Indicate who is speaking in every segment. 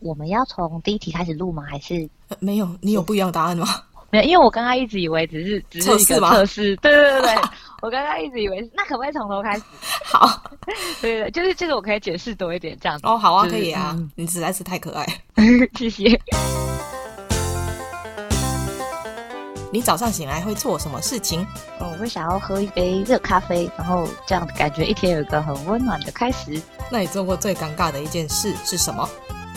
Speaker 1: 我们要从第一题开始录吗？还是
Speaker 2: 呃没有，你有不一样的答案吗？
Speaker 1: 没有？因为我刚刚一直以为只是只是一个
Speaker 2: 测试吗
Speaker 1: 测试，对对对对， 我刚刚一直以为是那可不可以从头开始？
Speaker 2: 好，
Speaker 1: 对对对，就是这个我可以解释多一点这样子。
Speaker 2: 哦，好啊，
Speaker 1: 就是
Speaker 2: 可以啊
Speaker 1: 嗯，
Speaker 2: 你实在是太可爱。
Speaker 1: 谢谢。
Speaker 2: 你早上醒来会做什么事情？
Speaker 1: 哦我会想要喝一杯热咖啡，然后这样感觉一天有一个很温暖的开始。
Speaker 2: 那你做过最尴尬的一件事是什么？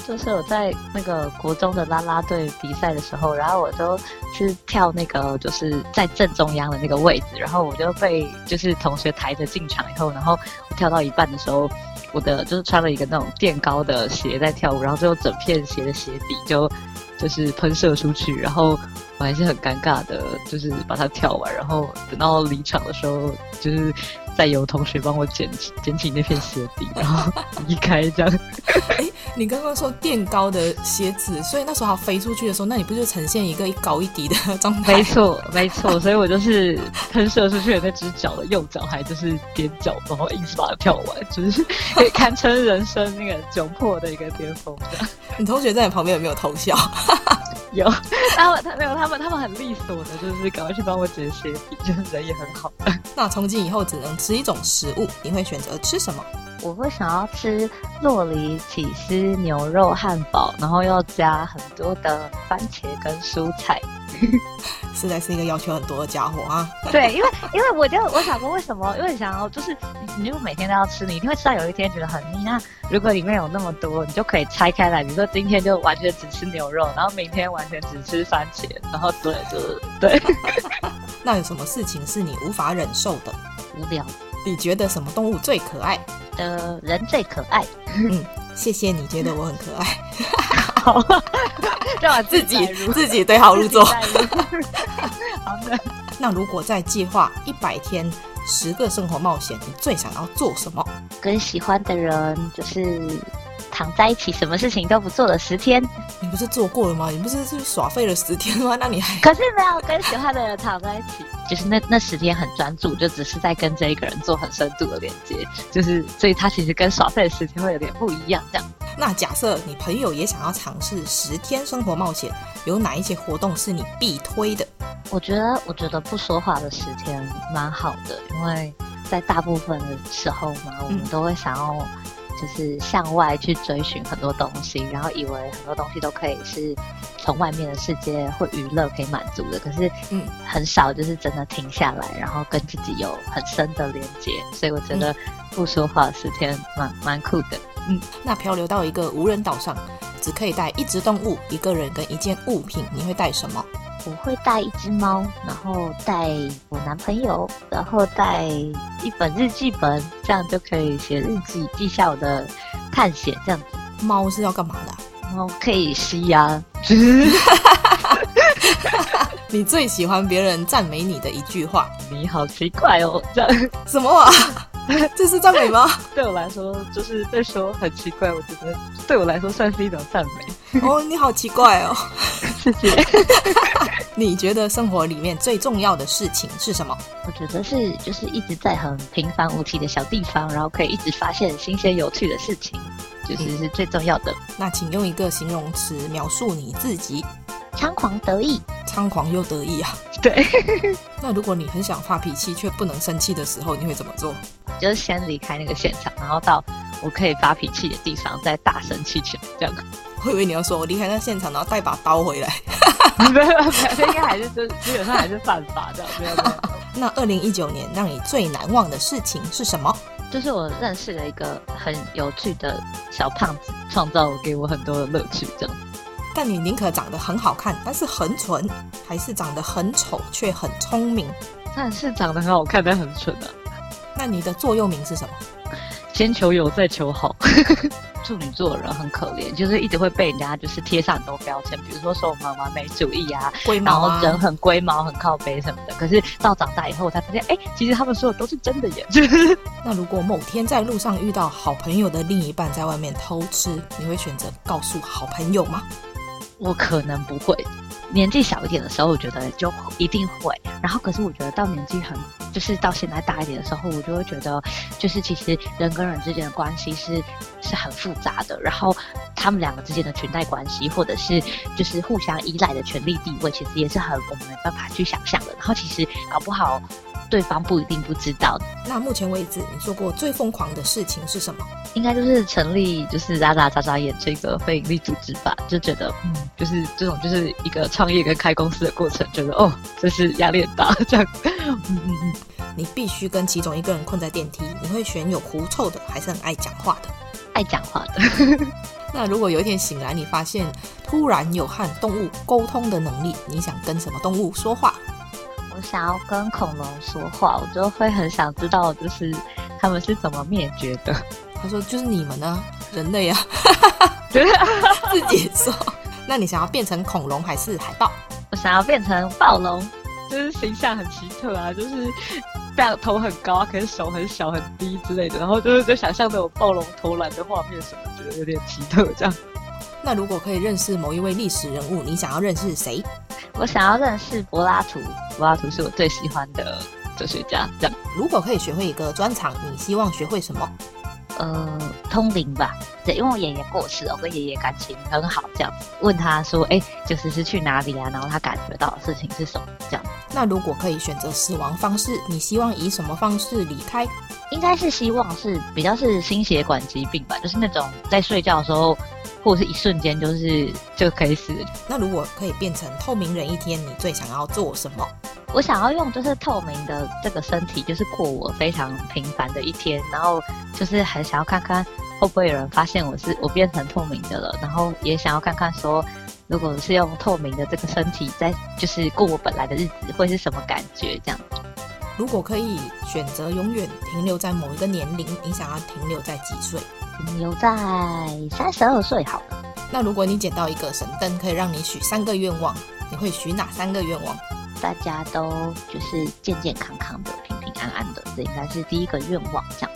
Speaker 1: 就是我在那个国中的啦啦队比赛的时候，然后我都是跳那个就是在正中央的那个位置，然后我就被就是同学抬着进场以后，然后我跳到一半的时候，我的就是穿了一个那种垫高的鞋在跳舞，然后最后整片鞋的鞋底就就是喷射出去，然后我还是很尴尬的，就是把它跳完，然后等到离场的时候，就是再由同学帮我捡起捡起那片鞋底，然后离开这样。
Speaker 2: 你刚刚说垫高的鞋子，所以那时候它飞出去的时候，那你不就呈现一个一高一低的状态
Speaker 1: 没？错，没错，所以我就是喷射出去的那只脚的右脚还就是踮脚，然后硬是把它跳完，就是 堪称人生那个窘迫的一个巅峰。
Speaker 2: 你同学在你旁边有没有偷笑？
Speaker 1: 有，他们他没有他们他们很利索的，就是赶快去帮我解鞋底，就是人也很好。
Speaker 2: 那从今以后只能吃一种食物，你会选择吃什么？
Speaker 1: 我会想要吃洛梨起司牛肉汉堡，然后要加很多的番茄跟蔬菜。
Speaker 2: 实在是一个要求很多的家伙啊！
Speaker 1: 对，因为因为我就我想说，为什么？因为想要就是你，你如果每天都要吃，你一定会吃到有一天觉得很腻。那如果里面有那么多，你就可以拆开来，比如说今天就完全只吃牛肉，然后明天完全只吃番茄，然后对就是对
Speaker 2: 那有什么事情是你无法忍受的？
Speaker 1: 无聊
Speaker 2: 你觉得什么动物最可爱？
Speaker 1: 的人最可爱，
Speaker 2: 谢谢你觉得我很可爱，
Speaker 1: 好， 让我
Speaker 2: 自
Speaker 1: 自
Speaker 2: 己
Speaker 1: 己如
Speaker 2: 自己对号入座。
Speaker 1: 好的，
Speaker 2: 那如果在计划一百天十个生活冒险，你最想要做什么？
Speaker 1: 跟喜欢的人就是躺在一起，什么事情都不做了十天。
Speaker 2: 你不是做过了吗？你不是去耍废了十天吗？ 那你 还
Speaker 1: 可是没有跟喜欢的人躺在一起，就是那那十天很专注，就只是在跟这一个人做很深度的连接，就是所以他其实跟耍废的时间会有点不一样，这样。
Speaker 2: 那假设你朋友也想要尝试十天生活冒险，有哪一些活动是你必推的？
Speaker 1: 我觉得我觉得不说话的十天蛮好的，因为在大部分的时候嘛，我们都会想要就是向外去追寻很多东西，然后以为很多东西都可以是从外面的世界或娱乐可以满足的，可是
Speaker 2: 嗯
Speaker 1: 很少就是真的停下来，然后跟自己有很深的连接，所以我觉得不说话的十天蛮蛮酷的。
Speaker 2: 那漂流到一个无人岛上，只可以带一只动物、一个人跟一件物品，你会带什么？
Speaker 1: 我会带一只猫，然后带我男朋友，然后带一本日记本，这样就可以写日记，记下我的探险。这样子，
Speaker 2: 猫是要干嘛的啊、
Speaker 1: 猫可以吸啊，
Speaker 2: 你最喜欢别人赞美你的一句话？
Speaker 1: 你好奇怪哦，这样
Speaker 2: 什么啊？ 这是赞美吗？
Speaker 1: 对我来说就是被说很奇怪，我觉得对我来说算是一种赞美。
Speaker 2: 哦，你好奇怪哦。
Speaker 1: 谢谢。
Speaker 2: 你觉得生活里面最重要的事情是什么？
Speaker 1: 我觉得是就是一直在很平凡无奇的小地方，然后可以一直发现新鲜有趣的事情，就是是最重要的。
Speaker 2: 那请用一个形容词描述你自己，
Speaker 1: 猖狂得意，
Speaker 2: 猖狂又得意啊。
Speaker 1: 对。
Speaker 2: 那如果你很想发脾气却不能生气的时候，你会怎么做？
Speaker 1: 就是先离开那个现场，然后到我可以发脾气的地方再大声气起来，这样。
Speaker 2: 我以为你要说我离开那现场，然后带把刀回来。
Speaker 1: 没有，没有，这应该还是就是基本上还是犯法这样，没有没有。
Speaker 2: 那二零一九年让你最难忘的事情是什么？
Speaker 1: 就是我认识了一个很有趣的小胖子，创造给我很多的乐趣，这样。
Speaker 2: 但你宁可长得很好看，但是很蠢，还是长得很丑却很聪明？
Speaker 1: 但是长得很好看，但很蠢啊。
Speaker 2: 那你的座右铭是什么？
Speaker 1: 先求有，再求好。 处女座的人很可怜，就是一直会被人家就是贴上很多标签，比如说说我们完美主义啊，
Speaker 2: 龟
Speaker 1: 然
Speaker 2: 毛
Speaker 1: 后
Speaker 2: 啊！
Speaker 1: 人很龟毛、很靠背什么的。可是到长大以后，我才发现，哎、其实他们说的都是真的耶，就是
Speaker 2: 那如果某天在路上遇到好朋友的另一半在外面偷吃，你会选择告诉好朋友吗？
Speaker 1: 我可能不会，年纪小一点的时候，我觉得就一定会。然后，可是我觉得到年纪很，就是到现在大一点的时候，我就会觉得，就是其实人跟人之间的关系是是很复杂的。然后，他们两个之间的裙带关系，或者是就是互相依赖的权利地位，其实也是很我们没办法去想象的。然后，其实搞不好对方不一定不知道，
Speaker 2: 那目前为止，你做过最疯狂的事情是什么？
Speaker 1: 应该就是成立就是拉拉扎扎演这个非盈利组织吧，就觉得嗯，就是这种就是一个创业跟开公司的过程，觉得哦，就是压力很大 这样。嗯嗯嗯，
Speaker 2: 你必须跟其中一个人困在电梯，你会选有狐臭的，还是很爱讲话的？
Speaker 1: 爱讲话的，
Speaker 2: 那如果有一天醒来，你发现突然有和动物沟通的能力，你想跟什么动物说话？
Speaker 1: 我想要跟恐龙说话，我就会很想知道就是他们是怎么灭绝的。
Speaker 2: 他说：“就是你们呢，人类啊，
Speaker 1: 对，
Speaker 2: 自己说。那你想要变成恐龙还是海豹？
Speaker 1: 我想要变成暴龙，就是形象很奇特啊，就是这样头很高，可是手很小很低之类的，然后就是就想象那种暴龙投篮的画面什么，觉得有点奇特这样。
Speaker 2: 那如果可以认识某一位历史人物，你想要认识谁？
Speaker 1: 我想要认识柏拉图，柏拉图是我最喜欢的哲学家，这样。
Speaker 2: 如果可以学会一个专长，你希望学会什么？
Speaker 1: 呃，通灵吧，对，因为我爷爷过世了，我跟爷爷感情很好，这样子问他说，哎、就是是去哪里啊？然后他感觉到的事情是什么？这样
Speaker 2: 那如果可以选择死亡方式，你希望以什么方式离开？
Speaker 1: 应该是希望是比较是心血管疾病吧，就是那种在睡觉的时候，或者是一瞬间就是就可以死了。
Speaker 2: 那如果可以变成透明人一天，你最想要做什么？
Speaker 1: 我想要用就是透明的这个身体，就是过我非常平凡的一天，然后就是很想要看看会不会有人发现我是我变成透明的了，然后也想要看看说，如果是用透明的这个身体在就是过我本来的日子，会是什么感觉这样。
Speaker 2: 如果可以选择永远停留在某一个年龄，你想要停留在几岁？
Speaker 1: 留在三十二岁好了，
Speaker 2: 那如果你捡到一个神灯，可以让你许三个愿望，你会许哪三个愿望？
Speaker 1: 大家都就是健健康康的、平平安安的，这应该是第一个愿望。这样，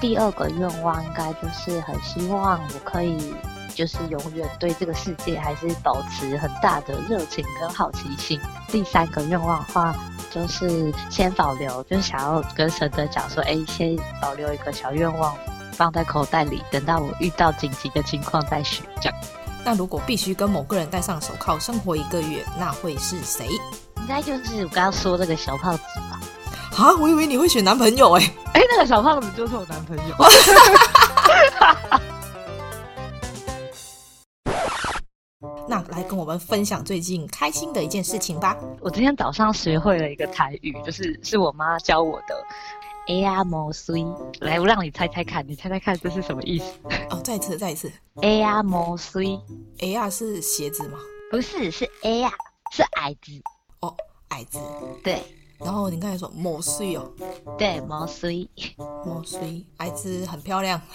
Speaker 1: 第二个愿望应该就是很希望我可以。就是永远对这个世界还是保持很大的热情跟好奇心。第三个愿望的话，就是先保留，就是想要跟神灯讲说，哎、先保留一个小愿望放在口袋里，等到我遇到紧急的情况再许。这样。
Speaker 2: 那如果必须跟某个人戴上手铐生活一个月，那会是谁？
Speaker 1: 应该就是我刚刚说那个小胖子吧？
Speaker 2: 啊，我以为你会选男朋友哎、
Speaker 1: 哎、那个小胖子就是我男朋友。
Speaker 2: 那来跟我们分享最近开心的一件事情吧。
Speaker 1: 我今天早上学会了一个台语，就是是我妈教我的。哎呀，摩水，来，我让你猜猜看，你猜猜看这是什么意思？
Speaker 2: 哦，再一次，再一次。
Speaker 1: 哎呀，摩水，
Speaker 2: 哎呀，是鞋子吗？
Speaker 1: 不是，是哎呀，是矮子。
Speaker 2: 哦，矮子。
Speaker 1: 对
Speaker 2: 然后你刚才说某水哦，
Speaker 1: 对，摩水。
Speaker 2: 某水，矮子很漂亮。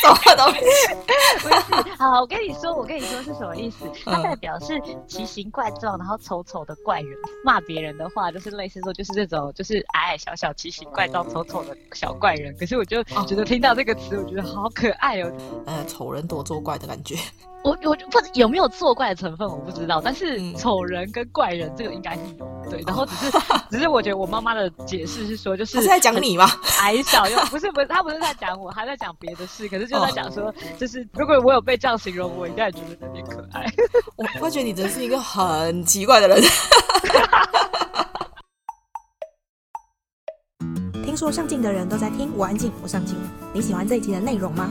Speaker 2: 什么东西？
Speaker 1: 好，我跟你说，我跟你说是什么意思？它
Speaker 2: 嗯
Speaker 1: 代表是奇形怪状，然后丑丑的怪人。骂别人的话，就是类似说，就是这种，就是矮矮小小、奇形怪状、丑丑的小怪人。可是我就
Speaker 2: 哦
Speaker 1: 觉得听到这个词，我觉得好可爱哦。
Speaker 2: 呃，丑人多作怪的感觉。
Speaker 1: 我我不知有没有作怪的成分我不知道，但是
Speaker 2: 嗯哦
Speaker 1: 丑人跟怪人这个应该是有对，然后只是只是我觉得我妈妈的解释是说就是
Speaker 2: 他是在讲你吗？
Speaker 1: 矮小 又不是不是，她不是在讲我，她在讲别的事，可是就
Speaker 2: 哦
Speaker 1: 在讲说就是如果我有被这样形容，我应该也觉得有点可爱。
Speaker 2: 我发觉你真是一个很奇怪的人。
Speaker 3: 听说上镜的人都在听，我安静，我上镜。你喜欢这一集的内容吗？